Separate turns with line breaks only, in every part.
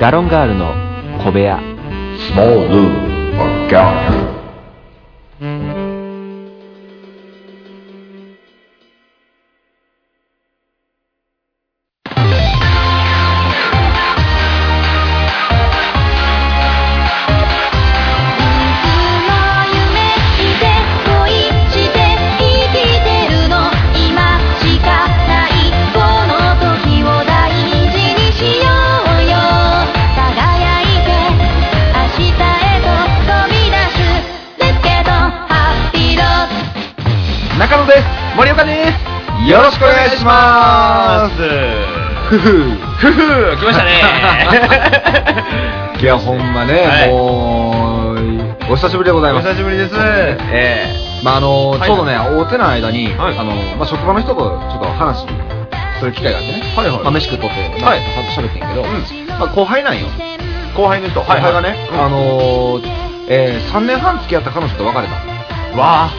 ガロンガールの小部屋
Small Lou or Gallo.
いつも夢見て恋して生きてるの今しかないこの時を大事にしようよ輝いて明日へと飛び出すレッケとハッピーロード
中野です森岡です
よろしくお願いしますふふ
ふふ来ましたね
いやほんまね、
はい
もうお久しぶりでござい
お
ます
久しぶりですえ
まああの、
はい
ちょうどね会うてない間に、
はい
あのまあ、職場の人とちょっと話する機会があってね、
はいはい
まあ、飯食っとって、まあ
はい
喋ってんけど、
うん
まあ、後輩なんよ
え後輩の人
後輩がね、
うん
あのえー、3年半付き合った彼女と別れた
わあ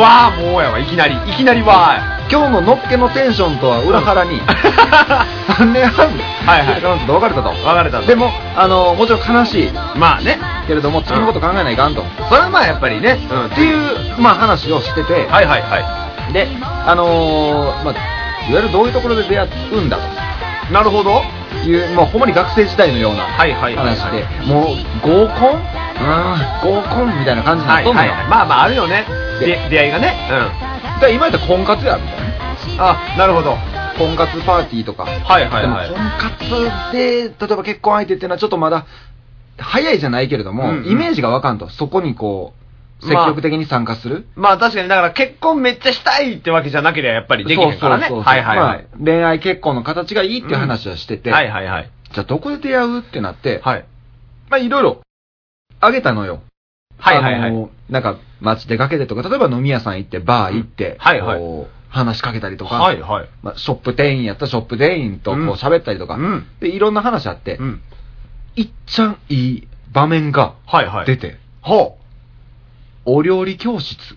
わあもうやわいきなりいきなりわあ
今日ののっけのテンションとは裏腹 に、3年半付き
はい
合った彼女と別れたと、
別れたと
でも、あのもちろん悲しい
まあね
けれども次のこと考えないかんと、
それはまあやっぱりねうん
っていう、まあ、話をしてて、
はいはいは
で、あのーまあ、いわゆるどういうところで出会うんだ
いなるほど
という、まあ、ほんまに学生時代のような
はいはいはいはい
話で、もう合コンうん合コンみたいな感じにな
は
っ
い
とんの
は
よ、
いまあまああるよね
で
で出会いがね
だから今やったら婚活やみたいな
うんあなるほどは
婚活パーティーとか、
いはいはい
でも婚活で例えば結婚相手っていうのはちょっとまだ早いじゃないけれども、
うんうん
イメージがわかんとそこにこう積極的に参加する、
まあ確かにだから結婚めっちゃしたいってわけじゃなければやっぱりできへんからね
そうそうそう
はいはいはい、
まあ恋愛結婚の形がいいっていう話はしてて、
はいはいはい
じゃあどこで出会うってなって、
はい
まあいろいろあげたのよ。
はいはいはい
あのなんか街出かけてとか、例えば飲み屋さん行って、バー行って、
はいはい
こう話しかけたりとか、
はいはい
まあ、ショップ店員やったらショップ店員とこう
うん
喋ったりとか、
うん
でいろんな話あって、
うん
いっちゃんいい場面が
はいはい
出て、
ほ
お料理教 室。
う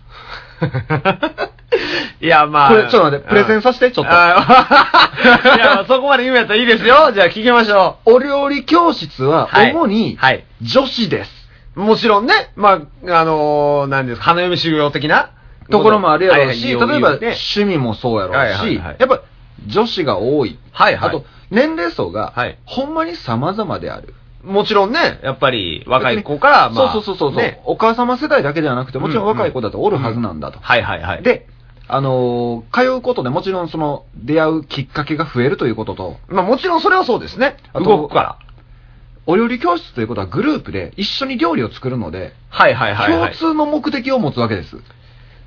いやまあ
これちょっと待って
うん
プレゼンさせてちょっと
あー いやまあそこまで言うんやったらいいですよじゃあ聞きましょ
お料理教室は
はい
主に
はい
女子です。
うもちろんねまああのー、何ですか花嫁修行的な
ところもあるやろうし、
はいはい
例えば
言うて
趣味もそうやろうし、
はいはいはい
やっぱ女子が多い。
はいはい
あと、年齢層が
はい、
ほんまに様々である。
もちろんねやっぱり若い子からまあ
そうそうそうそう、
ね
お母様世代だけではなくて、もちろん若い子だとおるはずなんだと。
はいはいはい
で、あのー通うことでもちろんその、出会うきっかけが増えるということと、
まあもちろんそれはそうですね。
あと
動くから。
お料理教室ということはグループで一緒に料理を作るので、
はいはいはい、はい。
共通の目的を持つわけです。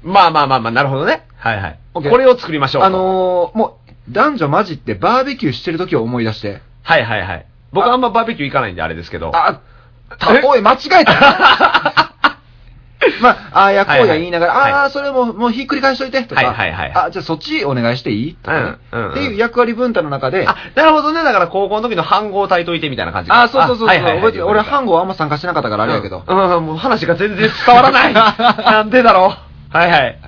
まあまあまあまあ、なるほどね。はいはい。こ
OK
れを作りましょうと。
あのーもう、男女混じってバーベキューしてる時を思い出して、
はいはいはい。僕あんまバーベキュー行かないんであれですけど。
あ、たとえ間違えた なまあ、ああやこう
はいは
や
い
言いながら、あ
は
あ、それも、もうひっくり返しといて、とか、
はいはいはい
あじゃあそっちお願いしていいとかね、
うんうんうん
っていう役割分担の中で、
あ、なるほどね。だから高校の時の飯号炊いといてみたいな感じか
あそうそうそうそう、
はいはいはい
覚えてる俺、ハン
号
ゴはあんま参加してなかったからあれやけど、
うん、うんもう話が全然伝わら ない。なんでだろう。はいはい。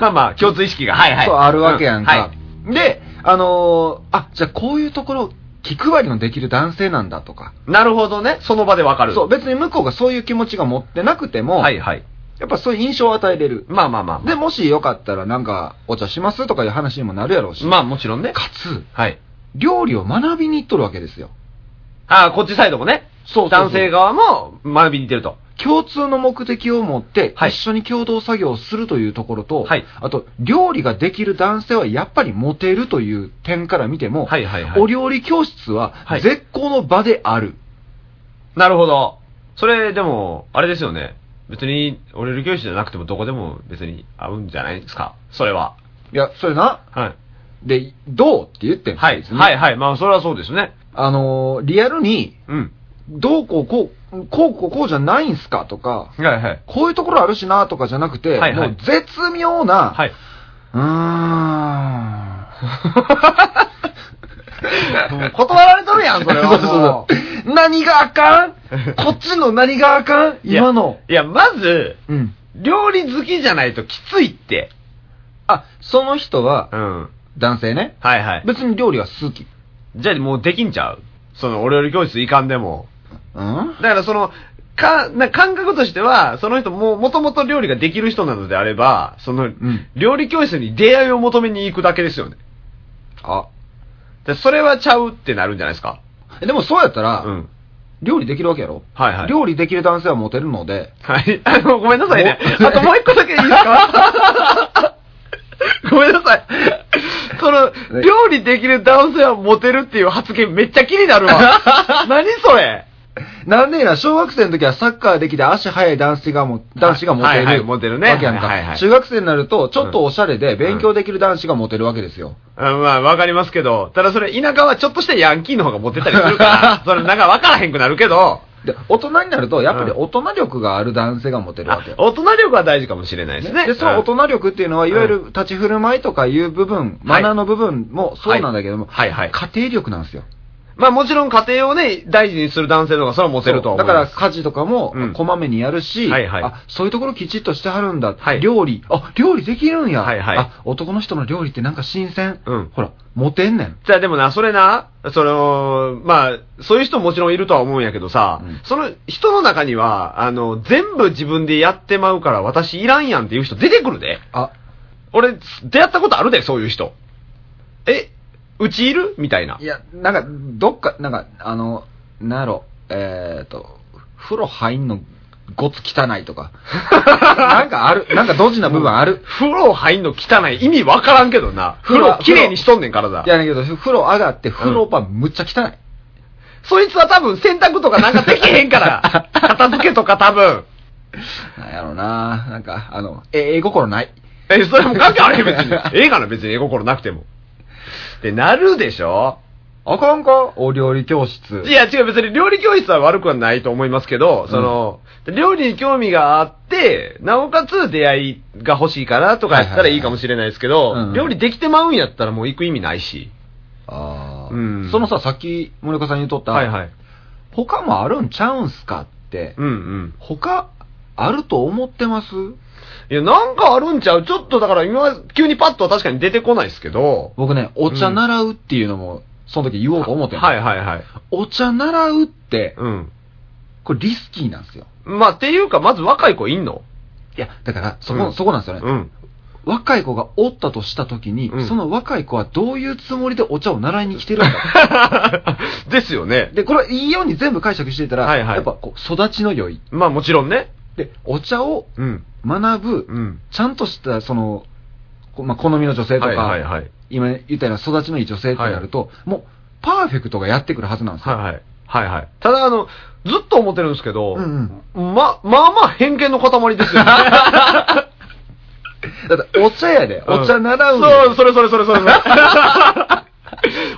まあまあ、共通意識が。はいはい。
そう、あるわけやん
う
か。
はい
で、あのーあ、じゃあこういうところ、気配りのできる男性なんだとか、
なるほどね。その場でわかる。
そう、別に向こうがそういう気持ちが持ってなくても、
はいはい。
やっぱそういう印象を与えれる。
まあまあまあま
で、もしよかったらなんか、お茶しますとかいう話にもなるやろうし。
あ。まあもちろんね。
かつ、
はい。
料理を学びに行っとるわけですよ。
あーこっちサイドもね。
そうそうそう
男性側も学びに行ってると。
共通の目的を持って、
はい
一緒に共同作業をするというところと、
はい
あと、料理ができる男性はやっぱりモテるという点から見ても、
はいはいはい
お料理教室は
はい
絶好の場である。
なるほど。それ、でも、あれですよね。別に、俺の教師じゃなくてもどこでも別に合うんじゃないですか。それは。
い、や、それな、
は
で、どうって言って
い。
ん
はい。
別に
はいはい。まあ、それはそうですね。
あのーリアルに、
うん。
どうこうこう、こうこうこうじゃないんすかとか、
はいはい。
こういうところあるしなとかじゃなくて、
はいはい
もう絶妙な、
はい。
う ーん。
断られとるやん、それ
そ
は。
うそうそう何があかんこっちの何があかん
いや
今の。。
いや、まず、
うん。
料理好きじゃないときついって。
あ、その人は
う、ん。
男性ね。
はいはい。
別に料理は好き。
じゃあもうできんちゃうその、お料理教室行かんでも。
うん
だからその、か、な感覚としては、その人も、もともと料理ができる人なのであれば、その、
ん
料理教室に出会いを求めに行くだけですよね。
あ。
でそれはちゃうってなるんじゃないですか。
えでもそうやったら、
うん。
料理できるわけやろ
はいはい
料理できる男性はモテるので、
はい。あの、ごめんなさいね。
も
あともう一個だけいいですか ごめんなさい。その、料理できる男性はモテるっていう発言めっちゃ気になる わ。何それ
なんでやら、小学生の時はサッカーできて足速い男子がも、男子がモテる。
はいはいモテるね
わけやんか。
はいはいはい
中学生になると、ちょっとおしゃれで勉強できる男子がモテるわけですよ。
あまあ、わかりますけど、ただそれ、田舎はちょっとしたヤンキーの方がモテたりする から、それなんかわからへんくなるけど、
で、大人になると、やっぱり大人力がある男性がモテるわけ
あ。大人力は大事かもしれないですね。
で、その大
うん
人力っていうのは、いわゆる立ち振る舞いとかいう部分、マナーの部分もそうなんだけども、
はいはいはい
家庭力なんですよ。
まあもちろん家庭をね、大事にする男性の方がそれはモテるとは思
だ
う。
から、家事とかも
うん
こまめにやるし、
はいはい
あそういうところきちっとしてはるんだ、
はい
料理、あ料理できるんや、
はいはい
あ男の人の料理ってなんか新鮮、
うん
ほら、モテんねん。
じゃあでもな、それな、その、まあ、そういう人ももちろんいるとは思うんやけどさ、
うん
その人の中には、あの、全部自分でやってまうから私いらんやんっていう人出てくるで。
あ。
俺、出会ったことあるで、そういう人。え、うちいるみたいない
や、なんか、どっか、なんか、あの、なんやろ、えっ、と、風呂入んの、ごつ汚いと か、なんかある、なんかドジな部分ある。
風呂入んの汚い意味わからんけどな。風呂きれいにしとんねんからだ
い。やだけど、風呂上がって、風呂場むっちゃ汚い。
そいつは多分洗濯とかなんかできへ んから。片付けとか多分。
なんやろななんか、あの、え、え心ない。
え、それも関係あれへん別に。 ええかな別に絵心なくても。ってなるでしょ
あかんかお料理教室。
いや違う別に料理教室は悪くはないと思いますけど、その、料理に興味があって、なおかつ出会いが欲しいからとかやったらいいかもしれないですけ
はいはいはい
ど
う、ん
料理できてまうんやったらもう行く意味ないし。
あ
うん
ーそのさ、さっき森岡さん言うとった、
はいはい。
他もあるんちゃうんすかって、
うんうん。
他あると思ってます
いや、なんかあるんちゃうちょっとだから今、急にパッとは確かに出てこないですけど。
僕ね、お
う
茶
ん
習うっていうのも、その時言おうと思ってんの
はいはいはい。
お茶習うって、
うん。
これリスキーなんですよ。
まあ、っていうか、まず若い子いんの
いや、だから、そこ、
うん
そこなんですよね。
うん。
若い子がおったとした時に、
うん
その若い子はどういうつもりでお茶を習いに来てるん だ
ですよね。
で、これいいように全部解釈していたら、
はいはい
やっぱこう育ちの良い。
まあ、もちろんね。
で、お茶を
うん。
学ぶ、
うん。
ちゃんとした、その、こまあ、好みの女性とか、
はいはいはい。
今言ったような育ちのいい女性ってなると、もう、パーフェクトがやってくるはずなんですよ。
はいはい。はいはい。ただ、あの、ずっと思ってるんですけど、
うん
ま、まあまあ偏見の塊ですよ ね。
だって、お茶やで、お茶習うんねん
そう、それそれそれそれそれ。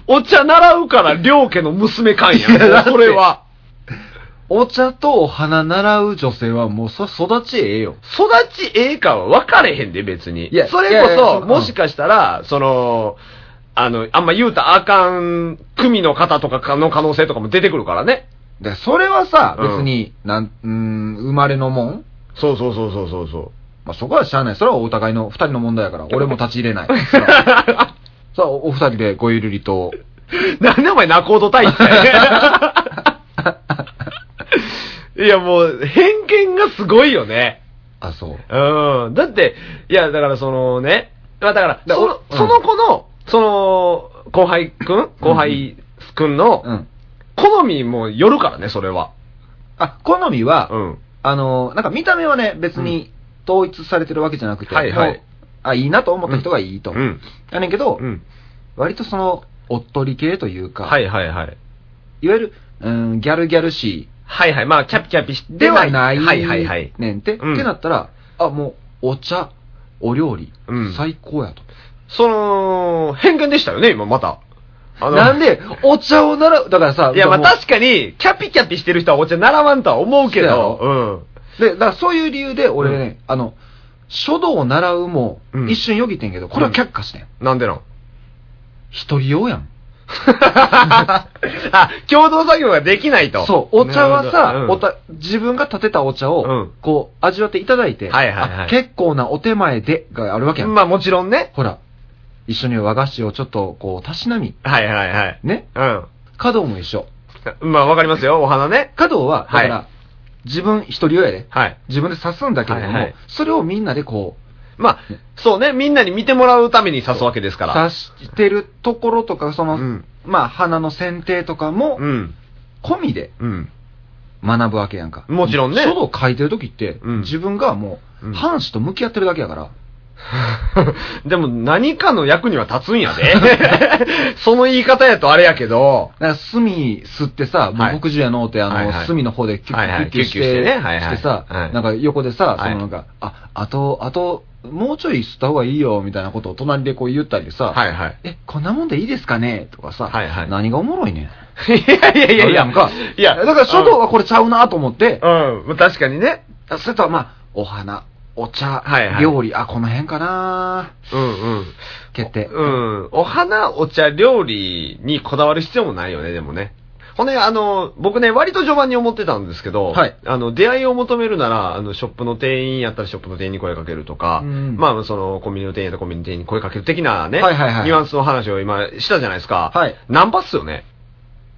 お茶習うから、両家の娘感や
いやだっ
ん。
て
それは。
お茶とお花習う女性はもう、そ育ちええよ。
育ちええかは分かれへんで、別に。
いや
そ
い
れ
やいや
こ
う
そ、
ん
もしかしたら、その、あの、あんま言うたらあかん組の方とかかの可能性とかも出てくるからね。
で、それはさ、
うん
別に、なん、うーん、生まれのもん
そうそうそうそうそうそう。
まあ、そこはしゃあない。それはお互いの、二人の問題やから、俺も立ち入れない。 それはさあ、おお二人でごゆるりと。
なんでお前仲人対して。 いやもう、偏見がすごいよね。
あ、そう。
うん。だって、いや、だからそのね、まあだから、
だ
そ
俺
のその子の、その、後輩くん後輩くんの
う、ん。
好みもよるからね、それは。
あ、好みは、
うん。
あの、なんか見た目はね、別に統一されてるわけじゃなくて、
はいはい
もうあ、いいなと思った人がいいと。
うん。
やねんけど、
うん。
割とその、おっとり系というか、、
はいいはいは
わ
い。
ゆる、うん、ギャルギャルし
はいはい。まあ、キャピキャピし
い
て
で
は
はない
はいはいはい。
ねんって、
うん
ってなったら、あ、もう、お茶、お料理、
うん
最高やと。
その、偏見でしたよね、今また。あの
なんで、お茶を習う、だからさ、
いや、まあ
もう
確かに、キャピキャピしてる人はお茶習わんとは思うけ
そう
ど、
で、だからそういう理由で、俺ね、あの、書道を習うも、
うん
一瞬よぎってんけど、これは却下してん。
うん。なんでなん
一人用やん。
あ、共同作業ができないと。
そう、お茶は
な
さ、
るほど
おた自分が立てたお茶を、
うん
こう、味わっていただいて、
はいはいはい
あ結構なお手前でがあるわけ
う
やん。
んまあもちろんね。
ほら、一緒に和菓子をちょっと、こう、たしなみ。
はいはいはい。
ね
うん。
華道も一緒。
汚まあ、わかりますよ、お花ね。
加藤は、だから、
は
自分一人用やで。
はい。
自分で刺すんだけれども、
はいはい
それをみんなでこう、
まあ、そうね、みんなに見てもらうために刺すわけですから。
刺してるところとか、その、
うん
まあ、花の剪定とかも
う、ん。
込みで
うん。
学ぶわけやんか。
もちろんね
書道書いてる時って、
うん
自分がも
うん
う、藩士と向き合ってるだけやから、
でも、何かの役には立つんや で。その言い方やとあれやけど。
だから墨吸ってさ、も
は
う
い
墨汁やのうて、あの、
はいはい
墨の方でキュ
はいは
ッ
い
キュッキュッして、
キュッキュしてねはいはい
してさ、
はい
なんか横で
は
さ、
い
そのなんか、あ、あと、あと、もうちょい吸った方がいいよ、みたいなことを隣でこう言ったりさ、
はいはい。
え、こんなもんでいいですかねとかさ、
はいはい
何がおもろいねん。
いやいやいやいや
あるんか。
いや、
だから書道はこれちゃうなと思って、
うん、うん、確かにね。
それとはまあ、お花、お茶、
はいはい
料理、あ、この辺かな
うんうん。
決定。
うん。お花、お茶、料理にこだわる必要もないよね、でもね。ほんで、あの、僕ね、割と序盤に思ってたんですけど、
はい
あの、出会いを求めるなら、あの、ショップの店員やったらショップの店員に声かけるとか、
うん
まあ、その、コンビニの店員やったらコンビニの店員に声かける的なね、
はいはいはい
ニュアンスの話を今したじゃないですか。
はい
ナンパっすよね。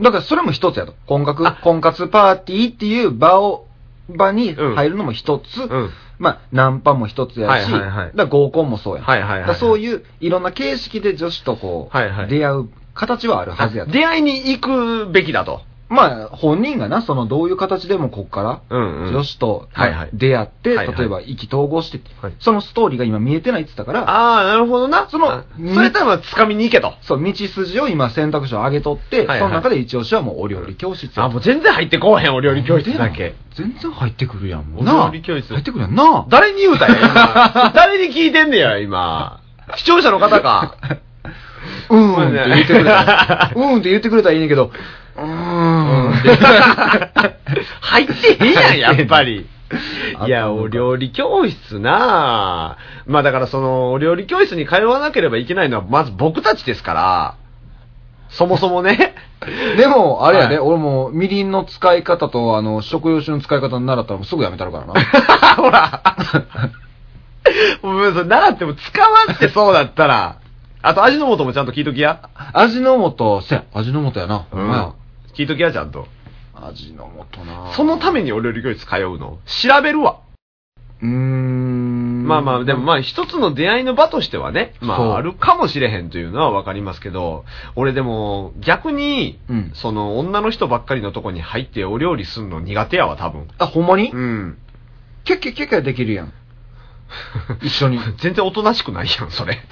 だからそれも一つやと。婚活
あ、
婚活パーティーっていう場を、場に入るのも一つ、
うん。
まあ、ナンパも一つやし、
はいはいはい
だから合コンもそうやん。
はいはいはいはい
だからそういういろんな形式で女子とこう、
はいはい
出会う形はあるはずやと。
出会いに行くべきだと。
まあ、本人がな、そのどういう形でもこっから、
うんうん。
女子と
はいはい
まあ出会って、
はいはい
例えば意気投合して、
はい
そのストーリーが今見えてないって言ったから、
ああ、なるほどな。その
あ、
それとは掴みに行けと。
そう、道筋を今選択肢を上げとって、
はいはい
その中で一押しはもうお料理教室や
あ、もう全然入ってこうへん、お料理教室だけ。。
全然入ってくるやん、もう。
お料理教室
なあ入ってくるやん、なあ
誰に言うたんや、 今誰に聞いてんねや、今。視聴者の方か。
うんうんって言ってくれた ら。うんうんって言ってくれたらいいねんけど、うーんって。
入ってへんやん、やっぱり。い
あ
や、
となんか
お料理教室なぁ。まあだからその、お料理教室に通わなければいけないのは、まず僕たちですから。そもそもね。
でも、あれやで、
はい
俺もみりんの使い方と、あの、食用酒の使い方習ったらもうすぐやめたるから な。
ほら。 もうそれ習っても使わんってそうだったら。あと味の素もちゃんと聞いときや。
味の素、せや、味の素やな。ほんまや
聞いときや、ちゃんと。
味の素な
そのためにお料理教室通うの調べるわ。
うーん。
まあまあ、でもま
あ、
あ一つの出会いの場としてはね、ま
そう
ああるかもしれへんというのはわかりますけど、俺でも逆に、
うん
その女の人ばっかりのとこに入ってお料理するの苦手やわ、多分。
あ、ほんまに
うん。
キャッキャッキャッキャできるやん。一緒に。
全然おとなしくないやん、それ。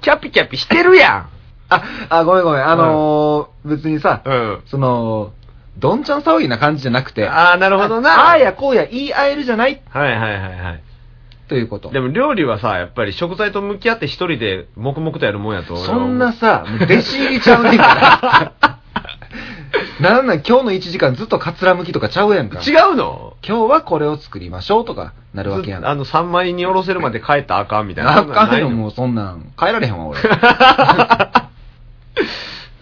キャピキャピしてるやん。
あ、あ、ごめんごめん。あのー別にさ、
うん。
その、どんちゃん騒ぎな感じじゃなくて、
ああ、なるほどな。
ああやこうや言い合えるじゃない
はいはいはいはい。
ということ。
でも料理はさ、やっぱり食材と向き合って一人で黙々とやるもんやと俺は
そ
思うん
なさ、もう弟子入りちゃうねんから。なんなん今日の1時間ずっとかつらむきとかちゃうやんか。
違うの
今日はこれを作りましょうとかなるわけやん。
あの、三枚におろせるまで帰ったらあかんみたいな。
あかんよ、
も
もうそんなん。帰られへんわ、 俺。い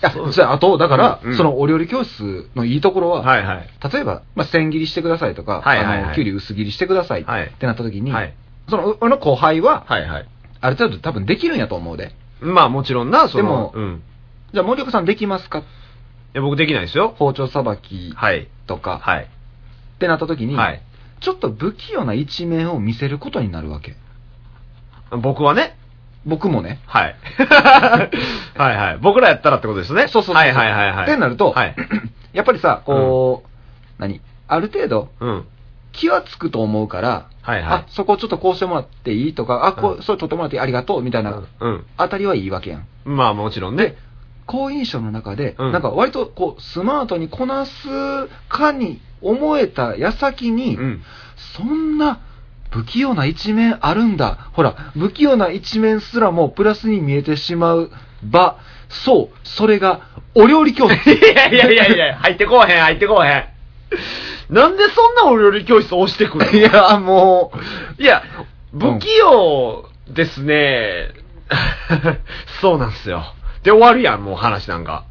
や、じゃあ、あと、だから、
うんうん
そのお料理教室のいいところは、
はいはい。
例えば、まあ、千切りしてくださいとか、
はいはいはい
あの、きゅうり薄切りしてください
はい
ってなった時に、
はい
その、う俺の後輩は、
はいはい。
ある程度多分できるんやと思うで。
まあもちろんな、その、
でも
うん。
じゃあ、森岡さんできますか
いや、僕できないですよ。
包丁さばき
はい。
とか、
はい。
ってなった時に、
はい。
ちょっと不器用な一面を見せることになるわけ。
僕はね、
僕もね。
はい。はいはい。僕らやったらってことですね。
そうそうそう
はいはいはいはい。
ってなると
はい。
やっぱりさ、こう、何ある程度、
うん。
気はつくと思うから、
はいはい
あ、そこちょっとこうしてもらっていいとか、あ、こ
うん
う、それ取ってもらっていいありがとうみたいな、
うん。
あたりはいいわけやん。
まあもちろんね。
好印象の中で、
うん
なんか割とこう、スマートにこなすかに思えた矢先
う
に、
ん。
そんな不器用な一面あるんだ。ほら、不器用な一面すらもプラスに見えてしまう場。そう、それがお料理教室。
いやいやいやいや、入ってこうへん、入ってこうへん。なんでそんなお料理教室押してくるの
いや、も
いや、
うん
不器用ですね。 そうなんですよ。で終わるやん、もう話なんか。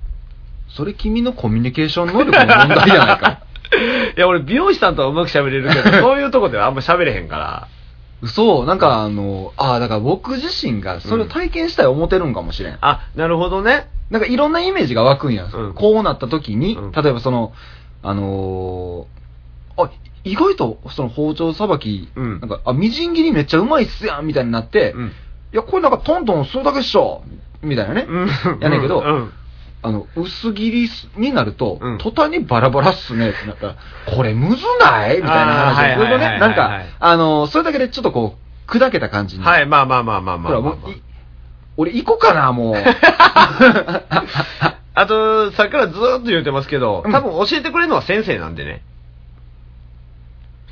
う、それ君のコミュニケーション能力の問題 じゃないか。
いや、俺、美容師さんとはうまく喋れるけど、そういうとこではあんま喋れへんから。
そう、なんかあの、ああ、だから僕自身がそれを体験したい思ってるんかもしれん。
あ、なるほどね。
なんかいろんなイメージが湧くんや。
うん
こうなった時に、
うん
例えばその、あのーあ、意外とその包丁さばき、
うん
なんか、あ、みじん切りめっちゃうまいっすやんみたいになって、
うん
いや、これなんかトントンするだけっしょみたいなね。
うん
やねんけど、
うん
あの、薄切りになると、
うん
途端にバラバラっすねってなったら、これむずないみたいな
あーは
話
い
を、これも
はいは
ね、
い
なん
はい
か
はい、
あのーそれだけでちょっとこう、砕けた感じに。
はい、まあまあまあまあま
ほ
あ
ら、
ま
も
あ
う
まあ。
い俺行こうかな、 もう。
あと、さっきからずーっと言ってますけど、
うん
多分教えてくれるのは先生なんでね。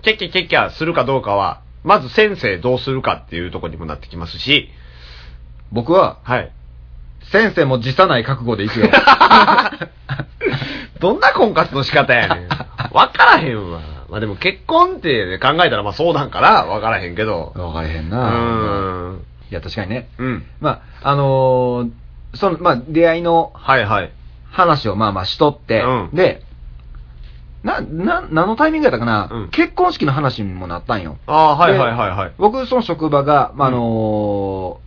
キャッキャキャッキャするかどうかは、まず先生どうするかっていうところにもなってきますし、
僕は、
はい。
先生も辞さない覚悟で行 くよ。
どんな婚活の仕方 やねん。わからへんわ。まあでも結婚って、ね、考えたらまあそうなんからわからへんけど。
分かれへん
うー
な。
ん。
いや、確かにね。
うん。
まあ、あのーその、まあ、出会いの
はいはい。
話をまあまあしとって、
うん
で、な、な、何のタイミングやったかな、
うん
結婚式の話にもなったんよ。
ああー、はい
で
はいはいはい。
僕、その職場が、まあ、あのー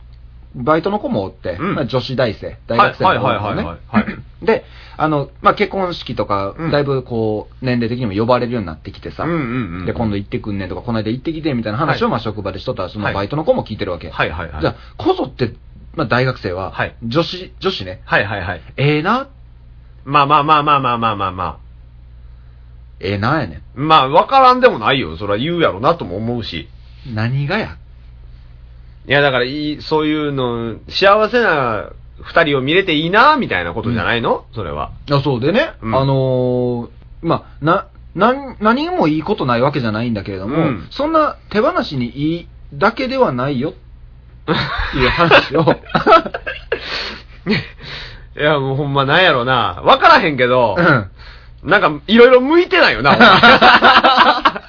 バイトの子もおって、
うん
まあ、女子大生、大学生の子
はいは
も
いはいは
ね
いはい。
で、あの、まあ、結婚式とか
うん、
だいぶこう、年齢的にも呼ばれるようになってきてさ、
うんうんうん
で、今度行ってくんねんとか、この間行ってきてみたいな話を、
はい
まあ、職場でしとったら、そ
は
の
い
バイトの子も聞いてるわけ。
はいはいはい
じゃあ、こぞって、まあ、大学生は、
はい
女子、女子ね、
はいはいはい。
ええな、
まあまあまあまあまあまあまあま
ええなやねん。
あ。まあ、わからんでもないよ。それは言うやろなとも思うし。
何がや
いや、だからいい、そういうの、幸せな二人を見れていいな、みたいなことじゃないの、それは。
あそうでね、
うん
あのーまあ、な、なん、何もいいことないわけじゃないんだけれども、
うん
そんな手放しにいいだけではないよっていう話を。
いや、もうほんまなんやろな。わからへんけど、
うん
なんか、いろいろ向いてないよな、 俺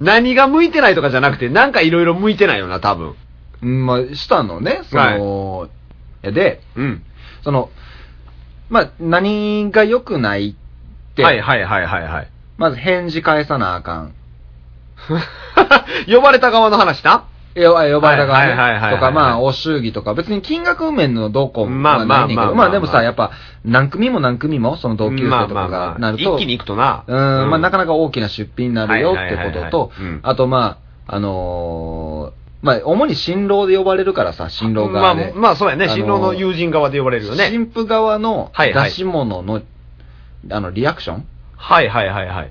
何が向いてないとかじゃなくて、なんかいろいろ向いてないよな、多分。
うん、まあ、したのね、その、えで、
うん。
その、まあ、何が良くないって、
はいはいはいはいはい。
まず返事返さなあかん。
呼ばれた側の話な
よ呼ばれた側ね
はいはいはいはいはい
とか、まあ、お祝儀とか、別に金額面のどうこう
まあ
はないねんけ
まあまあま
ど、ま
あまあ
あでもさ、やっぱ、何組も何組も、その同級生とか
まあま
が
あまあ
なると、
一気に行くとな。
うん、まあなか
な
なか大きな出費になるよってことと
はいはいはいはいうん、
あとまあ、あのーまあ主に新郎で呼ばれるからさ、新郎側で。
まあ、まあそうやね。新郎の友
人
人側で呼ばれるよね。
新婦側の
はいはい
出し物の、あの、リアクション
はいはいはいはい。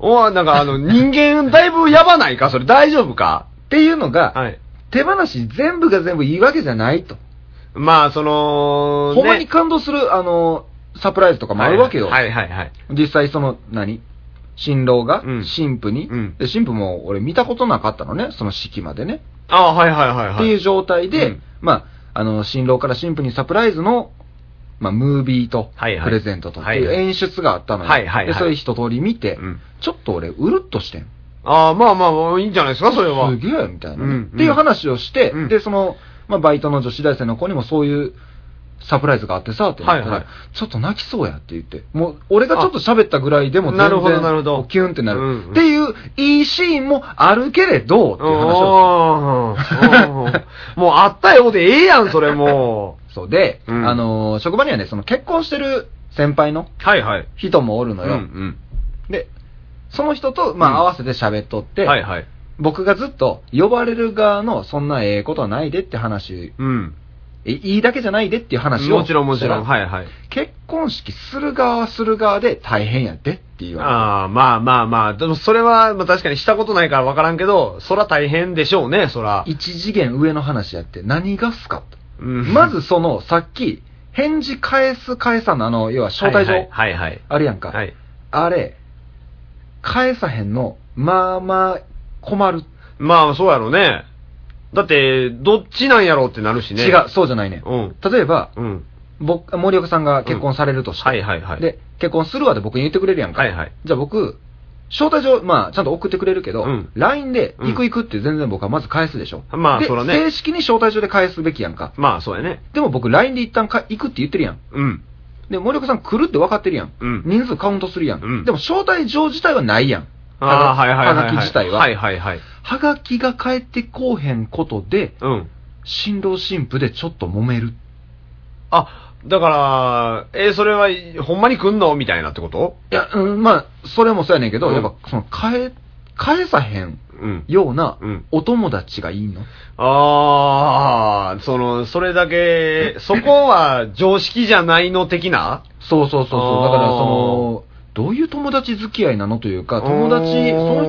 おわなん かあの、人間だいぶやばないかそれ大丈夫か
っていうのが、
はい。
手放し全部が全部いいわけじゃないと。
まあ、その、
ほんまに感動する、あのーサプライズとかもあるわけよ。
はいはいはい。
実際その、何新郎が
うん、
新婦に、
うん
で新婦も俺見たことなかったのね、その式までね。
あはいはいはいはい。
っていう状態で、
うん
まあ、あの、新郎から新婦にサプライズの、まあ、ムービーと、
はいはい
プレゼントと、っていう
はいはい
演出があったのよ。
はいはいはい
で、それ一通り見て、
うん
ちょっと俺、うるっとしてん。
ああ、まあまあ、いいんじゃないですか、それは。
すげえ、みたいなね、
うんうん
っていう話をして、
うん
で、その、まあ、バイトの女子大生の子にもそういう、サプライズがあってさ、って言ったら、
はいはい
ちょっと泣きそうやって言って、もう、俺がちょっと喋ったぐらいでも全
な
然、
るほどなるほど
キュンってなる、
うんうん
っていう、いいシーンもあるけれど、っていう話を。
おーおーもうあったようでええやん、それも
そうで、
うん
あのー職場にはね、その結婚してる先輩の
う。 はいはい。
人もおる
うん
の
う
よ。
ん。
で、その人と、まあ、
うん
合わせて喋っとって、
はいはい。
僕がずっと呼ばれる側のそんなええことはないでって話、
うん。
えいいだけじゃないでっていう話を。。
もちろんもちろん。はいいはい。
結婚式する側はする側で大変やでっていう。
ああ、まあまあまあ、でもそれはまあ確かにしたことないから分からんけど、そら大変でしょうね、そら。
一次元上の話やって何がっすかと。
うん
ま ずその、さっき、返事返す返さんのあの、要は招待状、
はいはいはい
あるやんか。
はい。はい。
あれ、返さへんの、まあまあ、困る。
まあそうやろね。だって、どっちなんやろうってなるしね。
違う、。そうじゃないね。
うん。
例えば、
うん。
僕、森岡さんが結婚されるとして、
うんはいはいはい
で、結婚するわって僕に言ってくれるやんか。
はいはい
じゃあ僕、招待状、まあ、ちゃんと送ってくれるけど、
うん
LINE で、
うん
行く行くって全然僕はまず返すでしょ。
まあ
で
そらね
正式に招待状で返すべきやんか。
まあそうやね。
でも僕、LINE で一旦か行くって言ってるやん。
うん。
で、森岡さん来るって分かってるやん。
うん
人数カウントするやん。
うん
でも、招待状自体はないやん。
ああ、はいはいはい、はい。
はがき自体は。
はいはいはい。
はがきが返ってこうへんことで、
うん。
新郎新婦でちょっと揉める。
あ、だから、えーそれは、ほんまに来んのみたいなってこと
いや、うん、まあ、それもそうやねんけど、
うん
やっぱ、その、返、返さへん
うん。
ような
うん、
お友達がいいの、
ああ、その、それだけ、そこは常識じゃないの的な
そうそうそうそう。
あー
だから、その、どういう友達付き合いなのというか、友達、
おー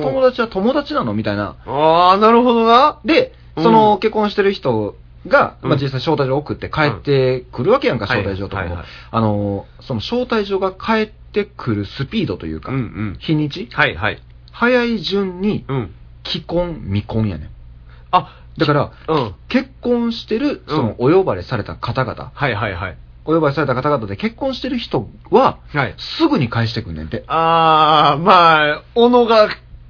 その友達は友達なのみたいな。
ああ、なるほどな。
で、
うん
その、結婚してる人が、
うん
まあ、実際招待状送って帰ってくるわけやんか、
うん
招待状とかも。
はいはいはい
あの、その招待状が帰ってくるスピードというか、
ん。
日にち
はいはい。
早い順に、
うん。
既婚、未婚やねん。
あ、
だから、
うん。
結婚してる、その、お呼ばれされた方々、
はいはいはい。
お呼ばれされた方々で結婚してる人は、
はい。
すぐに返してくんねんて。
ああ、まあ、小野が、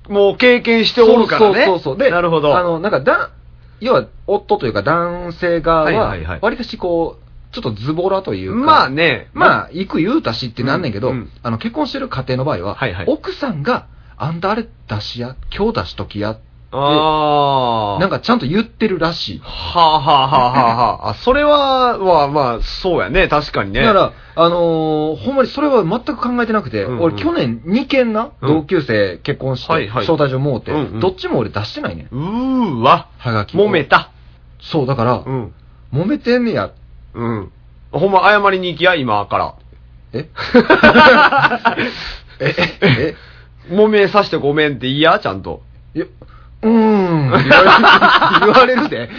もう経験しておるから
そうそ
ね。
うそうそう。で、
なるほど。
あの、なんか、だ、要は、夫というか男性側は
はいはいはい、
わりかしこう、ちょっとズボラというか、
まあね、
まあ、行く言うたしってなんねんけど、
うんうん
あの、結婚してる家庭の場合は、
はいはい
奥さんが、あんたあれ出しや、今日出しときや、
ああ。
なんかちゃんと言ってるらしい。
はあ、はあはあはあは あ、あ、それは、まあまあ、そうやね、確かにね。
だから、あのーほんまにそれは全く考えてなくて、
うんうん
俺去年2件な、
うん
同級生結婚して、
はいはい
招待状もうて、
うんうん
どっちも俺出してないねん。
うーわ、
はがき。
揉め。た。
そう、だから、
うん。
揉めてんねや。
うん。ほんま、謝りに行きや、今から。
ええ、え、
揉めさしてごめんって言いや、ちゃんと。
え、いやうーん、 言われる、言われるで。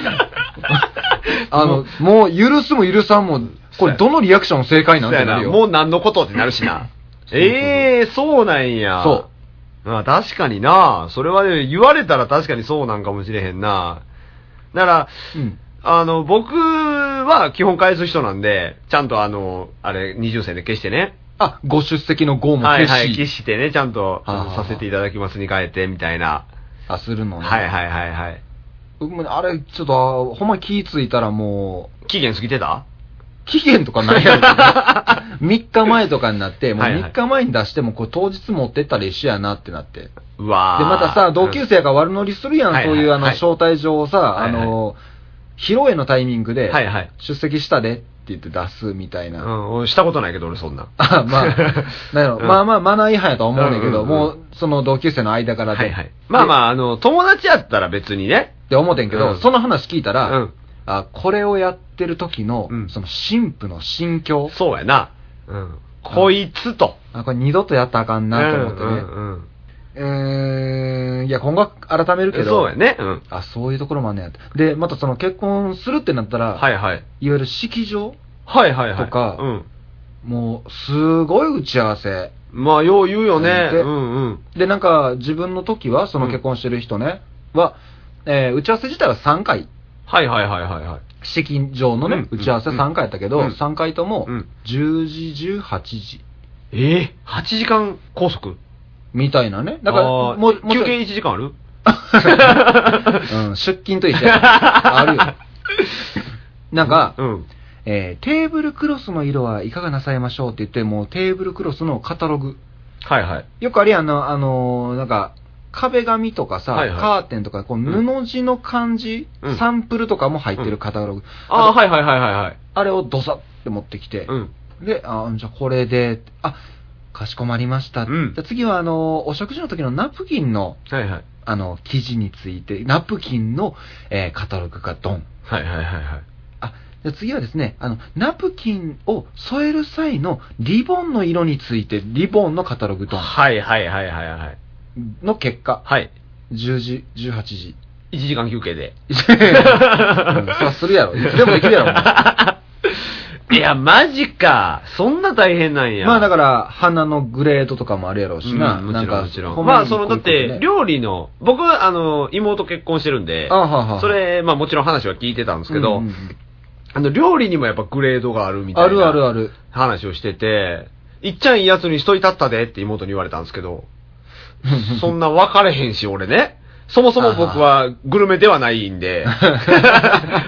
あの、もう許すも許さんも、これどのリアクション正解なんて
そうや
なるよ。
もう何のことってなるし な。ええそうなんや。。
そう
まあ確かにな。それはね、言われたら確かにそうなんかもしれへんな。だから、
うん。
あの、僕は基本返す人なんで、ちゃんとあの、あれ、二重線で消してね。
あ、ご出席の号も
は
消
い
し、
はい、消してね、ちゃんと
あー
させていただきますに変えて、みたいな。
あ、するのね。
はいはいはいはい。
うんあれ、ちょっと、ほんま気ぃついたらもう、
期限過ぎてた
期限とかないやろけど、3日前とかになって、もう
はいはい
3日前に出しても、これ当日持ってったら一緒やなってなって。で、
うわー
またさ、同級生が悪乗りするやん、
はいはい
そういうあの、
はい
招待状をさ、
はいはい
あの、披露宴のタイミングで、
はいはい
出席したでって言って出すみたいな。
うん、俺したことないけど、俺そんな。
あまあ、 なんやろ、
うん
まあまあ、マナー違反やとは思うねんだけど、
うんうんうん
もう、その同級生の間からで、
はいはい。まあまあ、あの、友達やったら別にね。
って思ってんけど、
うん
その話聞いた
う
ら、
ん。
あこれをやってる時の、
うん
その神父の心境、
そうやな。うん。こいつと。
あこれ二度とやったらあかんなと思ってね、
うんうんうん
うーん、いや、今後は改めるけど、
そうやね。うん。
あそういうところもあんねやってで、またその結婚するってなったら、、
はいいはい。
わゆる式場、
はいはいはい。
とか
うん。
もう、すごい打ち合わせ。
まあ、よう言うよね。う
で
んうん。
で、なんか、自分の時は、その結婚してる人ね、は、えー打ち合わせ自体は3回、
はいはいはいはいはい。
式場のね、
うん
打ち合わせ3回やったけど、
うん
3回とも
うん、
10時、18時、
ええ ?8 時間拘束
みたいなね。だから、
あー
もう、もち
休
ろん
憩1時間 ある
うん、出勤と一緒や から。あるよ。なんか、
うん。
えーテーブルクロスの色はいかがなさいましょうって言って、もうテーブルクロスのカタログ。
はいはい。
よくあれやんな、あのーなんか、壁紙とかさ、
はいはい
カーテンとか、こう布地の感じ、
うん
サンプルとかも入ってるカタログ。
ああ、
あと
はいはいはいはいはい。
あれをドサって持ってきて、
うん。
で、あじゃあこれで、あ、かしこまりました。
うん
じゃあ次は、あのーお食事の時のナプキンの、
はいはい。
あの、生地について、ナプキンの、えーカタログがドン。
はいはいはいはい。
あ、じゃあ次はですね、あの、ナプキンを添える際のリボンの色について、リボンのカタログド
はいはいはいはいはい。
ンの結果、
はい。
10時、18時。
1時間休憩 で。
うんそらするやろ。いつでもできるやろお前。
いや、マジか。そんな大変なんや。
まあだから、花のグレードとかもあるやろうしな。
うんも
な
ち
ん
ろん、
か、
もちろ
ほ
ん。
んま
ま
に
あ、その、だっ
こうい
て
う、ことね
料理の、僕は、あの、妹結婚してるんで、
あはは
それ、まあ、もちろん話は聞いてたんですけど、
うんうんうん
あの、料理にもやっぱグレードがあるみたい
あ
な。
るあるある。
話をしてて、いっちゃんいいやつにしといたったでって妹に言われたんですけど、 そんな分かれへんし、俺ね。そもそも僕はグルメではないん で。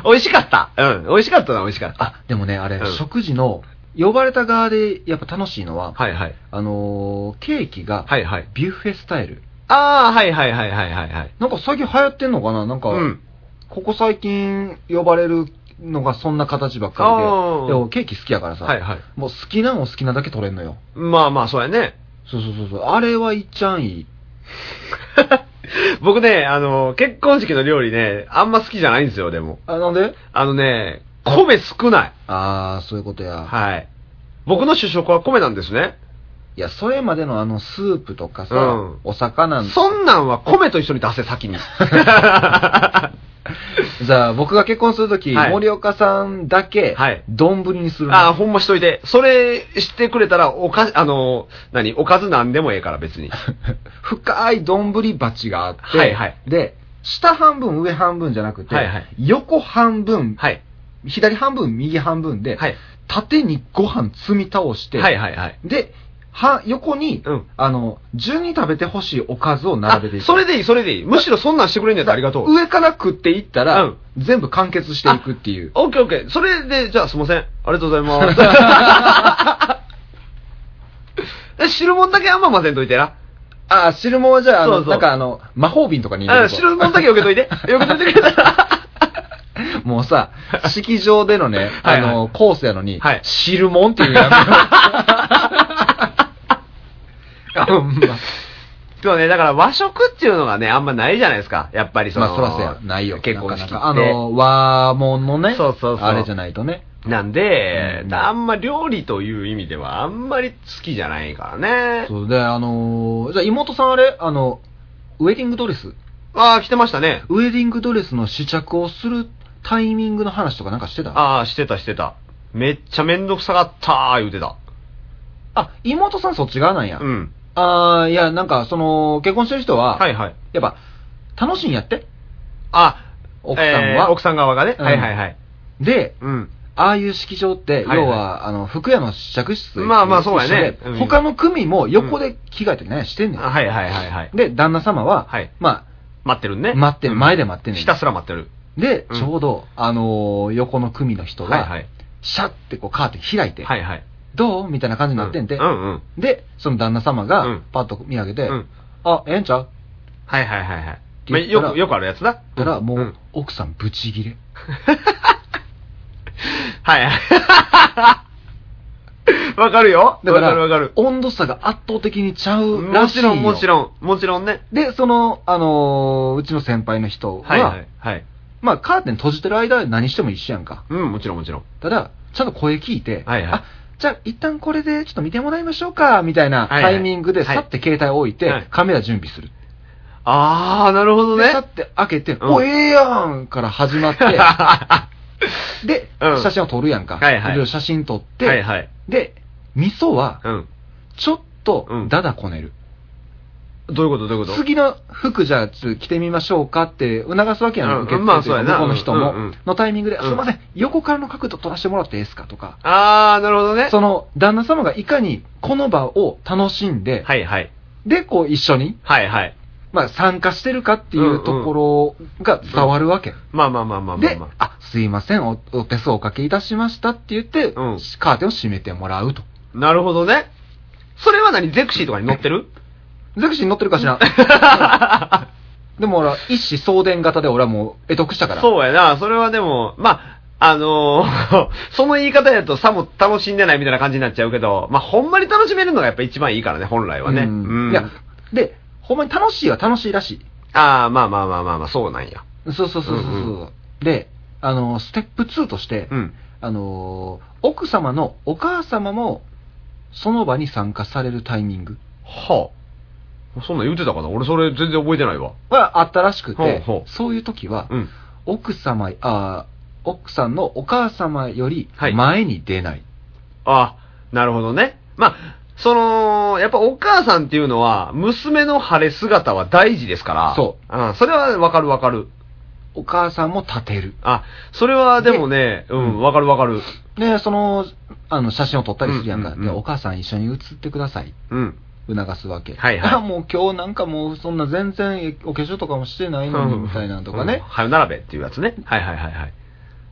美味しかった。うん。美味しかったな、美味しかった。
あ、でもね、あれ、
うん
食事の、呼ばれた側でやっぱ楽しいのは、
はいはい。
あのーケーキが、
はいはい。
ビュッフェスタイル。
ああ、はいはいはいはいはいはい。
なんか最近流行ってんのかななんか、
うん。
ここ最近呼ばれるのがそんな形ばっ
あ
かり
ー
で、でもケーキ好きやからさ、
はいはい。
もう好きなんを好きなだけ取れんのよ。
まあまあ、そうやね。
そうそうそうそう。あれはいっちゃんいい。
僕ね、あの、結婚式の料理ね、あんま好きじゃないんですよ、でも。
あ、なんで
あのね、米少ない。
あー、そういうことや。
はい。僕の主食は米なんですね。
いや、それまでのあのスープとかさ、
うん
お魚の、
そんなんは米と一緒に出せ、 先に。
じゃあ僕が結婚するとき、
はい
森岡さんだけ
はい、
丼にするの、
ああ、ほんましといて。それしてくれたら、おか、あの、何おかずなんでもええから、別に。
深い丼鉢があって、
はいはい
で、下半分、上半分じゃなくて、
はいはい
横半分、
はい。
左半分、右半分で、
はい。
縦にご飯積み倒して、
はいはいはい。
で、は、横に、
うん
あの、順に食べてほしいおかずを並べてい
あそれでいい、それでいい。むしろそんなんしてくれんのやったらありがとう。
上から食っていったら、
うん
全部完結していくっていう。
オッケーオッケー。それで、じゃあすいません。ありがとうござい ます。え汁物だけあんま混ぜんといてな。
ああ、汁物はじゃあ、あの
そうそう
なんかあの、魔法瓶とかに入れ
あ
る
汁物だけ避けといて。避けといてくれたら。
もう さ、式場での ね、
は
あ
いはい
の、コースやのに、
はい
汁もんっていう やめろあほんま
そうね、だから和食っていうのがね、あんまないじゃないですか。やっぱりそ の。
まあ、そらそうや。ないよ。
結婚式っ
な
て。
かなかあの、和物のね、
そうそうそう
あれじゃないとね。
なんで、
うん
あんま料理という意味ではあんまり好きじゃないからね。
そうで、あのー、じゃあ妹さんあれあの、ウェディングドレス
ああ、来てましたね。
ウェディングドレスの試着をするタイミングの話とかなんかしてた
ああ、してたしてた。めっちゃめんどくさかったー言うてた。
あ、妹さんそっち側なんや。
うん。
あーいや、なんか、その、結婚してる人は、
はいはい。
やっぱ、楽しいんやって。
あ、
奥さんは
えー奥さん側がね。
うん
はいはいはい。
で、
うん。
ああいう式場って、
はいはい
要は、あの、服屋の試着室。
まあまあそうやね
一緒
う
で
ん
他の組も横で着替えたりね、してんねん。
あはいはいはいはい。
で、旦那様は、
はい
ま
待ってるね。
待ってる
うん
前で待ってんねん
ひたすら待ってる。
あ、で、
うん
ちょうど、あのー横の組の人が、
はいはい。
シャッてこうカーテン開いて、
はいはい。
どうみたいな感じになってんて、
うんうん。
で、その旦那様が、
うん
パッと見上げて、
うん
あ、ええんちゃうっ
はいはいはいはい。
て
まあ
言ったら
よく、よくあるやつだ。
たら、もう、
ん
奥さんブチギレ。
はい はい。 わかるよ。
だか
わかるわからる、。
温度差が圧倒的にちゃう
も
らし
ち
いよ。
ろんもちろん。もちろんね。
で、その、あのーうちの先輩の人は、
はいはい。はい。
まあ、カーテン閉じてる間は何しても一緒やんか。
うん、もちろんもちろん。
ただ、ちゃんと声聞いて、
はいはい
あ、じゃあ一旦これでちょっと見てもらいましょうか、みたいな
はいは
タ
い
イミングで、
はい
さって携帯置いて、
はい
カメラ準備する。
あー、なるほど
で、
ね
さ。って開けて、
うん
お、ええやんから始まっ て、
は
で、
うん
写真を撮るやんか。
はいはい
ろろ写真撮っ
い
て、
はい。
で、味噌は、
うん。
ちょっと
う、ん
だだこねる。
どういうことどういうこと
次の服じゃあちょっと着てみましょうかって促すわけや
うん
ん、受け付
まあ
けとい
そううや
か
な
向こうの人
う
も
んうんうん、
のタイミングで、
うん
すいません、横からの角度取らせてもらっていいですかとか、
あー、なるほどね。
その旦那様がいかにこの場を楽しんで、
はいはい。
で、こう一緒に、
はいはい。
まあ参加してるかっていうところが伝わるわけ。
まあまあまあまあまあ
で
まあ。、
あ、すいません、お、お手数おかけいたしましたって言って、
うん
カーテンを閉めてもらうと。
なるほどね。それは何ゼクシーとかに載ってる
ゼクシーに乗ってるかし らでも俺は一子相伝型で俺はもう得得したから。
そうやな。それはでも、まあ、あのー その言い方やとさも楽しんでないみたいな感じになっちゃうけど、まあ、ほんまに楽しめるのがやっぱ一番いいからね、本来はね。
うん
うん
いや、で、ほんまに楽しいは楽しいらし
ああ、まあまあまあまあまあ、そうなんや。
い。そうそうそうそうそう、
うん
で、あの、ステップ2として、
うん。
あの、奥様のお母様も、その場に参加されるタイミング
はあ。そんなん言うてたかな俺それ全然覚えてないわ。
があったらしくて、
ほうほう
そういう時は、
うん。
奥様、あ奥さんのお母様より
はい
前に出ない。
あ、なるほどね。まあ、その、やっぱお母さんっていうのは、娘の晴れ姿は大事ですから。。
そう
うん、それはわかるわかる。
お母さんも立てる。
あ、それはでもね、うん、わかるわかる。
で、その、あの、写真を撮ったりするやんか。
うんうんうん
でお母さん一緒に写ってください。
うん。
促すわけ。
はいは い
あ、もう今日なんかもうそんな全然お化粧とかもしてないのにみたいなのとか
うん
ね。
はよ並べっていうやつね。はいはいはいはい。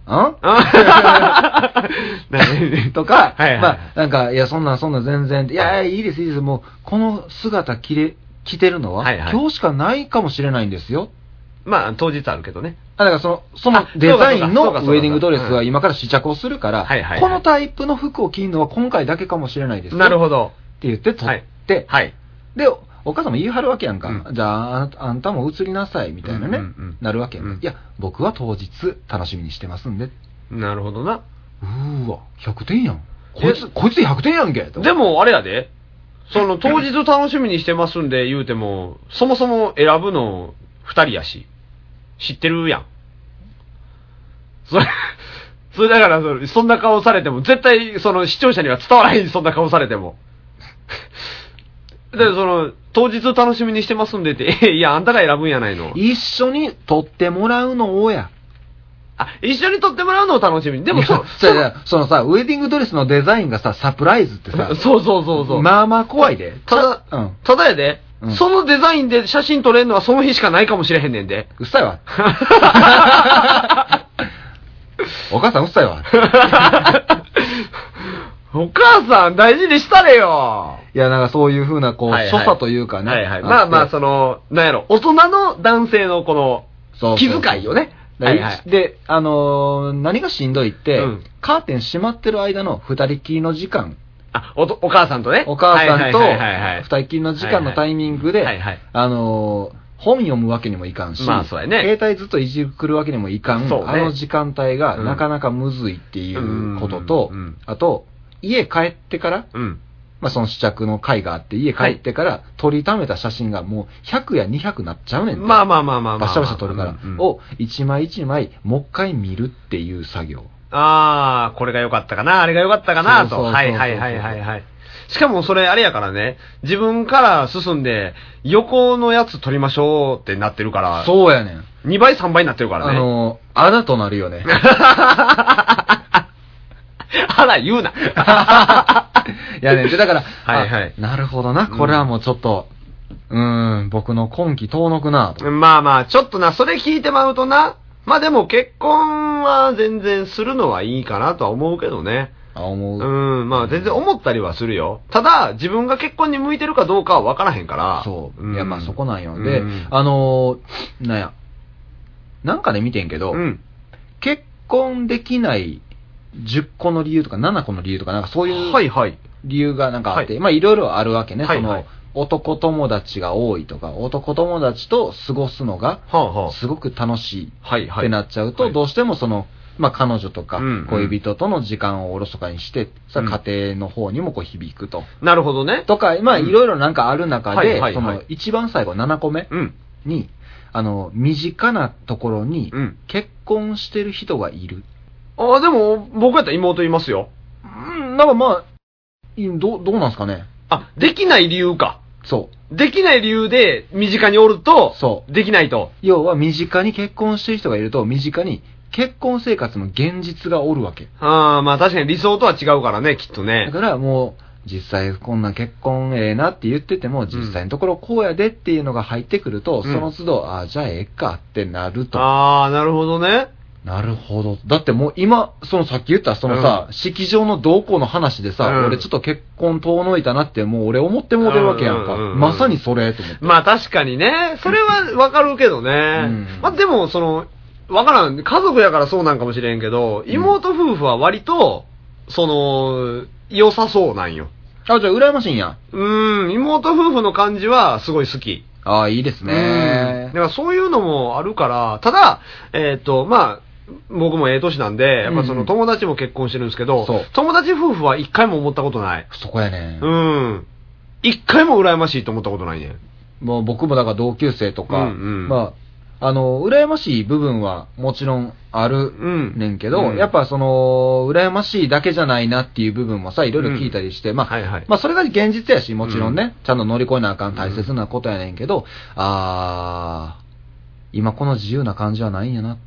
うん
あ何
とか、
はいはいはい
まあ、なんか、いや、そんなんそんなん全然、いや、いやいいです、いいです、もう、この姿きれ、着てるのは、
はいはい
今日しかないかもしれないんですよ。
まあ、当日あるけどね。
あだからその、その
あ
デザイン
そ
のウ
うかそうかそうか
ェディングドレスは
うん
今から試着をするから、
はいはいはい
このタイプの服を着るのは今回だけかもしれないですよ
なるほど。
って言って撮って、
はい。
で、お母さんも言い張るわけやんか。
うん
じゃあ、あなたあんたも移りなさい、みたいなね、
うんうんうん
なるわけやんか、
うん
いや、僕は当日楽しみにしてますんで。う
なるほどな。
ーわ、100点やん。こいつ、
え
こいつで100点やんけ。と
で、も、あれやで。その、当日楽しみにしてますんで言うても、そもそも選ぶの二人やし。知ってるやん。それ、それだからそれ、そんな顔されても、絶対、その、視聴者には伝わらへん、そんな顔されても。で、その、当日楽しみにしてますんでって、え、いや、あんたが選ぶんやないの。
一緒に撮ってもらうのをや。
あ、一緒に撮ってもらうのを楽しみに。でも、
い
そ、
や、それそのさ、ウェディングドレスのデザインがさ、サプライズってさ
そうそうそうそう。
まあまあ怖いで。
ただ、
うん。
ただやで、
うん
そのデザインで写真撮れるのはその日しかないかもしれへんね んで。
うっさい わ。お母さんうっさいわ。
お母さん大事にしたれよ。
いや、なんかそういうふうな、こう、
はいはい
所作というかね。
はいはい。まあまあ、その、なんやろ、大人の男性のこの、
そう
気遣いよね
だから
はいはい
で、あのー何がしんどいって、
うん
カーテン閉まってる間の二人きりの時間、
あ、おとお母さんとね。
お母さんと
はいはいはいはいはい
二人きりの時間のタイミングで、
はいはい
あのー本読むわけにもいかんし、
まあそうやね
携帯ずっといじくるわけにもいかん、
そうね
あの時間帯が
うん
なかなかむずいっていうことと、
うんうん
あと、家帰ってから、
うん。
まあ、その試着の会があって、家帰ってから撮りためた写真がもう100や200なっちゃうねんて
まあまあまあまあま
バ
あ。
シャバシャ撮るから、
うんうん
を一枚一枚、もう一回見るっていう作業。
あー、これが良かったかな、あれが良かったかな、
そう
と。
そうそうそう
はいはいはいはいはい。しかもそれあれやからね、自分から進んで、横のやつ撮りましょうってなってるから、
そうやねん。
2倍3倍になってるから
あ
ね。
の、穴となるよね。
あら、言うな。
いやねんで、だから、
はいはい
あなるほどな、これはもうちょっと、うーん、僕の今季遠のくなと。
まあまあ、ちょっとな、それ聞いてまうとな。まあでも結婚は全然するのはいいかなとは思うけどね。
あ、思
う
う。
ん、まあ全然思ったりはするよ。ただ、自分が結婚に向いてるかどうかは分からへんから。
そう。
ん
いや、まあそこなんよ。で
うん、
あのー、なんや、なんかで見てんけど
う、ん。
結婚できない10個の理由とか7個の理由とか、なんかそういう
はいはい。
理由がなんかあって、
はい
まあいろいろあるわけね、
はいはい
その男友達が多いとか、男友達と過ごすのが
はあはあ。
すごく楽しい
はいは
っ
い。
てなっちゃうと、
はい
どうしてもその、まあ彼女とか
うんうん
恋人との時間をおろそかにして、さ
うん
家庭の方にもこう響くと。
なるほどね。
とか、まあ
うん
いろいろなんかある中
はい
で
は、い
そ
はい
の一番最後7個目
うん。
に、あの、身近なところに
うん。
結婚してる人がいる。
ああ、でも、僕やったら妹いますよ。
うん、なんかまあ、いどう、どうなんすかね。
あ、できない理由か。
そう。
できない理由で、身近におると、。
そう
できないと。
要は身近に結婚してる人がいると、身近に結婚生活の現実がおるわけ。
ああ、まあ確かに理想とは違うからね、きっと
だ
ね。
からもう、実際こんな結婚ええなって言ってても、実際のところこうやでっていうのが入ってくると、
うん
その都度、ああ、じゃあええかってなると。
ああ、なるほどね。
なるほど。だってもう今、そのさっき言ったそのさ、式場の動向の話でさ、
うん
俺ちょっと結婚遠のいたなってもう俺思ってもうてるわけやんか。
うんうんうんうん
まさにそれと思って。
まあ確かにね、それはわかるけどね。
ん
まあでも、その、わからん。家族やからそうなんかもしれんけど、
ん
妹夫婦は割と、その、良さそうなんよ。
あ、じゃあ羨ましいんや。
うーん、妹夫婦の感じはすごい好き。
ああ、いいです
うん
ね
だ。からそういうのもあるから、ただ、えっ、と、まあ、僕もええ年なんで、やっぱそ
うんう
の
ん
友達も結婚してるんですけど、
そう
友達夫婦は一回も思ったことない。
そこやね。
うん。一回も羨ましいと思ったことないね。
もう僕もだから同級生とか、
うんうん
まあ、あの、羨ましい部分はもちろんある
うん
ねんけど、
うん
やっぱその、羨ましいだけじゃないなっていう部分もさ、いろいろ聞いたりして、まあ、
はいはい
まあそれが現実やし、もちろんね、ちゃんと乗り越えなあかん大切なことやねんけど、あー、今この自由な感じはないんやなっ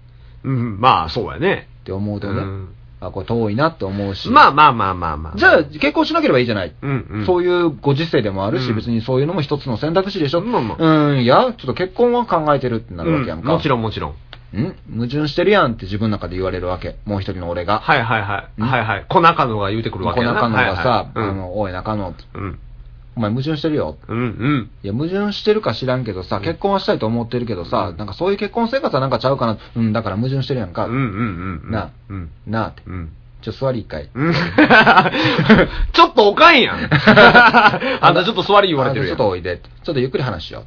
うん、まあ、そうやね。
て思うとね、
うん
あ、これ遠いなって思うし、
まあまあまあまあまあ。
じゃあ結婚しなければいいじゃない。
うんうん、
そういうご時世でもあるし、
うん
別にそういうのも一つの選択肢でしょ。
まあまあ
うん、いや、ちょっと結婚は考えてるってなるわけやんか。
うもちろんもちろん。
ん。矛盾してるやんって自分の中で言われるわけ。もう一人の俺が。
はいはいはい。
うん
はいはい。小中野が言うてくるわけ
小
やな。
中野がさ、
はいはい
あの、おい中野、
うん。うん。
お前矛盾してるよ。
うんうん。
いや、矛盾してるか知らんけどさ、
ん
結婚はしたいと思ってるけどさ、
うん
なんかそういう結婚生活はなんかちゃうかな。うん、だから矛盾してるやんか。
うんうんうん。
な
うん。
なあって。
うん。
ちょ、座り一回。
うん ちょっとおか んやん。あんたちょっと座り言われてる
あんたち
やん
ょっとおいでって。ちょっとゆっくり話しよ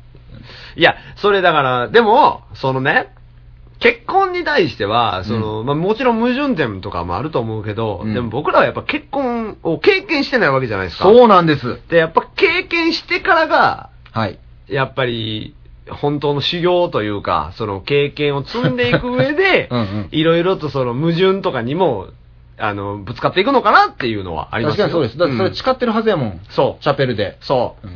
いや、それだから、でも、そのね、結婚に対しては、その、まあもちろん矛盾点とかもあると思うけど、
うん
でも僕らはやっぱ結婚を経験してないわけじゃない
う。
ですか。
そうなんです。
で、やっぱ経験してからが、
はい。、
やっぱり、本当の修行というか、その経験を積んでいく上 で
うんうん
いろいろとその矛盾とかにも、あの、ぶつかっていくのかなっていうのはあります
確か
よ
にそうです。だってそれ誓ってるはずやもん。
そう
チャペルで。
そうう。
ん。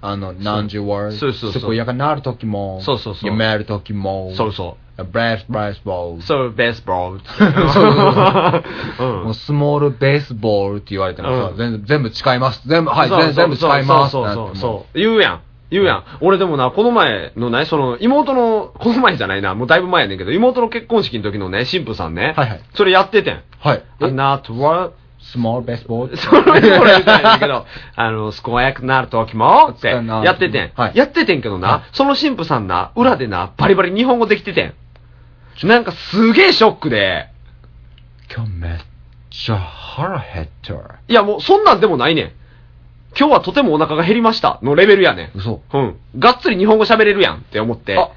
あの、何十ワール
そうそうそう
そこやがなるときも。
そうそうそう
夢あるときも。。
そうそう
ブレス、ブレスボール。
そう、ベースボール。
そうそう
う
そう。
ん
もうスモールベースボールって言われてもさ、
うん
全部全部誓います。全部、はい、
そう
全全部
そう
誓います。
そう
なん
そ
ても
うそう。言うやん。言うやん。俺でもな、この前のね、その、妹の、この前じゃないな、もうだいぶ前やねんけど、妹の結婚式の時のね、新婦さんね、
はいはい
それやっててん。
はい。
あなたは、
スモールベースボール。
それこれ言うたん やけど、あの、健やかなる時も、って、やっててん。
はい
やっててんけどな、
はい
その新婦さんな、裏でな、バリバリ日本語できててん。なんかすげえショックで、
今日めっちゃ腹減った。
いやもうそんなんでもないねん。今日はとてもお腹が減りましたのレベルやねん。
嘘。
うん。がっつり日本語喋れるやんって思って。
あ、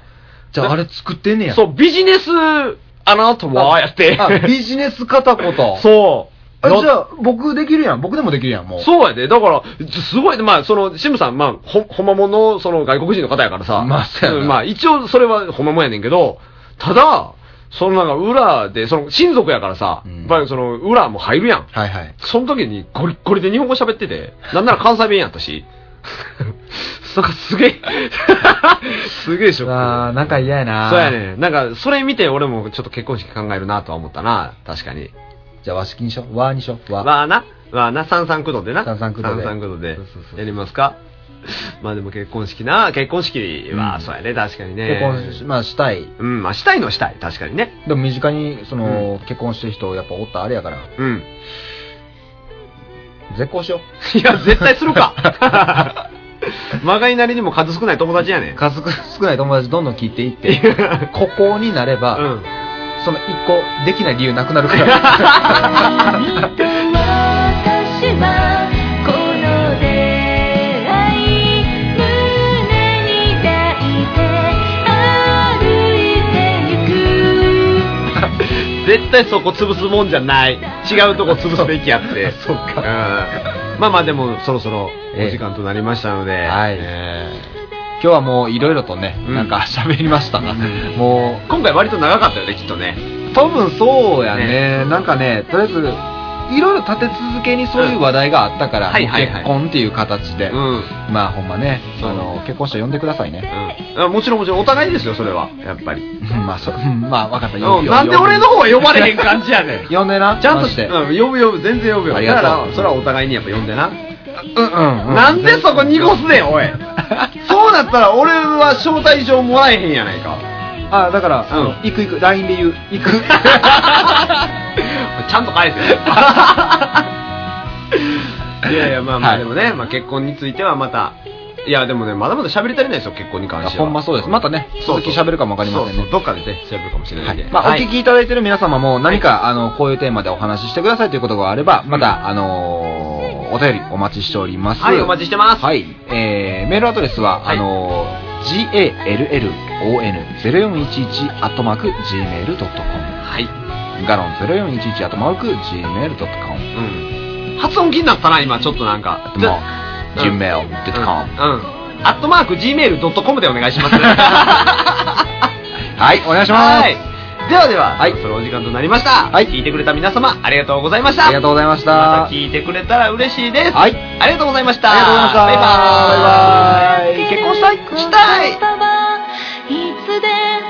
じゃああれ作ってんねや。
そう、ビジネス、あなたもああやって。
あ、ビジネス片言。う。
そう。
じゃあ、僕できるやん。僕でもできるやん、もう。
そうやで。だから、すごい、まあ、その、シムさん、まあ、ほ、ほんまもんの、その、外国人の方やからさ。
まあそうやな
うんまあ、一応、それはほんまもんやねんけど、ただ、その、なんか、裏で、その、親族やからさ、
うん
やっぱりその、裏も入るやん。
はいはい。
その時に、ゴリッゴリで日本語喋ってて、なんなら関西弁やったし。 なんか、すげえ、 すげえショック。
ああ、なんか嫌やな。
そうや。ね。なんか、それ見て俺もちょっと結婚式考えるなとは思ったな。確かに。
じゃあ、和式にしよう。和にしよう。和。
わあな、わあな、三三九度でな。
三三九度で
三三九度で
そうそうそう
やりますか まあでも結婚式な、結婚式
う
は、
ん
そうやね、確かにね。
結婚し、まあ、したい。
うん、まあしたいのはしたい、確かにね。
でも身近に、その、結婚してる人、やっぱおったあれやから、
うん。
絶交しよ
いや、絶対するか まがいなりにも数少ない友達やね
う。
ん。
家族少ない友達どんどん聞いていって、 ここになれば、
うん。
その一個できない理由なくなる から。
「君と私はこの出会い」「胸に抱いて歩いてゆく」
絶対そこ潰すもんじゃない。違うとこ潰すべきやって。
そうそっか
うん。まあまあでも、そろそろお時間となりましたので。
はい
えー
今日はもういろいろとね、
うん
なんか喋りましたな。
ん
も
今回割と長かったよね、きっとね。
う、多分そうやね。
ね
なんかね、とりあえず、いろいろ立て続けにそういう話題があったから、
うんはいはいはい
結婚っていう形で、
うん。
まあほんまね、
そう
あの、結婚者呼んでくださいね。
うんあ、もちろんもちろんお互いですよそれはやっぱり、
まあそ、うんまあ分かった。
うん、なんで俺の方は呼ばれへん感じやねん
呼んでな。
ちゃんと
マ
し
ジ
て、
で
うん、呼ぶ呼ぶ全然呼ぶよ
あ
だ
り
か
がとう
らそれはお互いにやっぱ呼んでな、
うんうんうん。
なんでそこ濁すねんおいそうなったら俺は招待状もらえへんやないか
あ、だから、
うん
あの行く行く、LINE で言う、行 く。
ちゃんと返せ いやいやまあま
は
あ
い
でもね、まあ、結婚についてはまたいやでもねまだまだ喋り足りないですよ結婚に関しては
ほんまそうですまたね続き喋るかもわかりませんね
そうそうどっかでね喋るかもしれないんで、
まあ、お
はい
聞きいただいてる皆様も何か、あの、こういうテーマでお話ししてくださいということがあれば、また、あのーお便りお待ちしております。
はいお待ちしてます
はい。えー、メールアドレスは、
はい
あのー、gallon0411 アットマーク gmail.com
はい
ガロン0411アットマーク gmail.com
うん発音気になったな、今、ちょっとなんか。
でも
うん
gmail.com
うん。うんアットマーク gmail.com でお願いし ます。は
はい、お願いします。
い。ではでは、
はい
そろそろお時間となりました。
はい
聞いてくれた皆様、ありがとうございました。
ありがとうございました。
また聞いてくれたら嬉しいです。
はい。
ありがとうございました。
ありがとうございました
バイバーイ。
バイバイ
結婚したいしたい
いつでも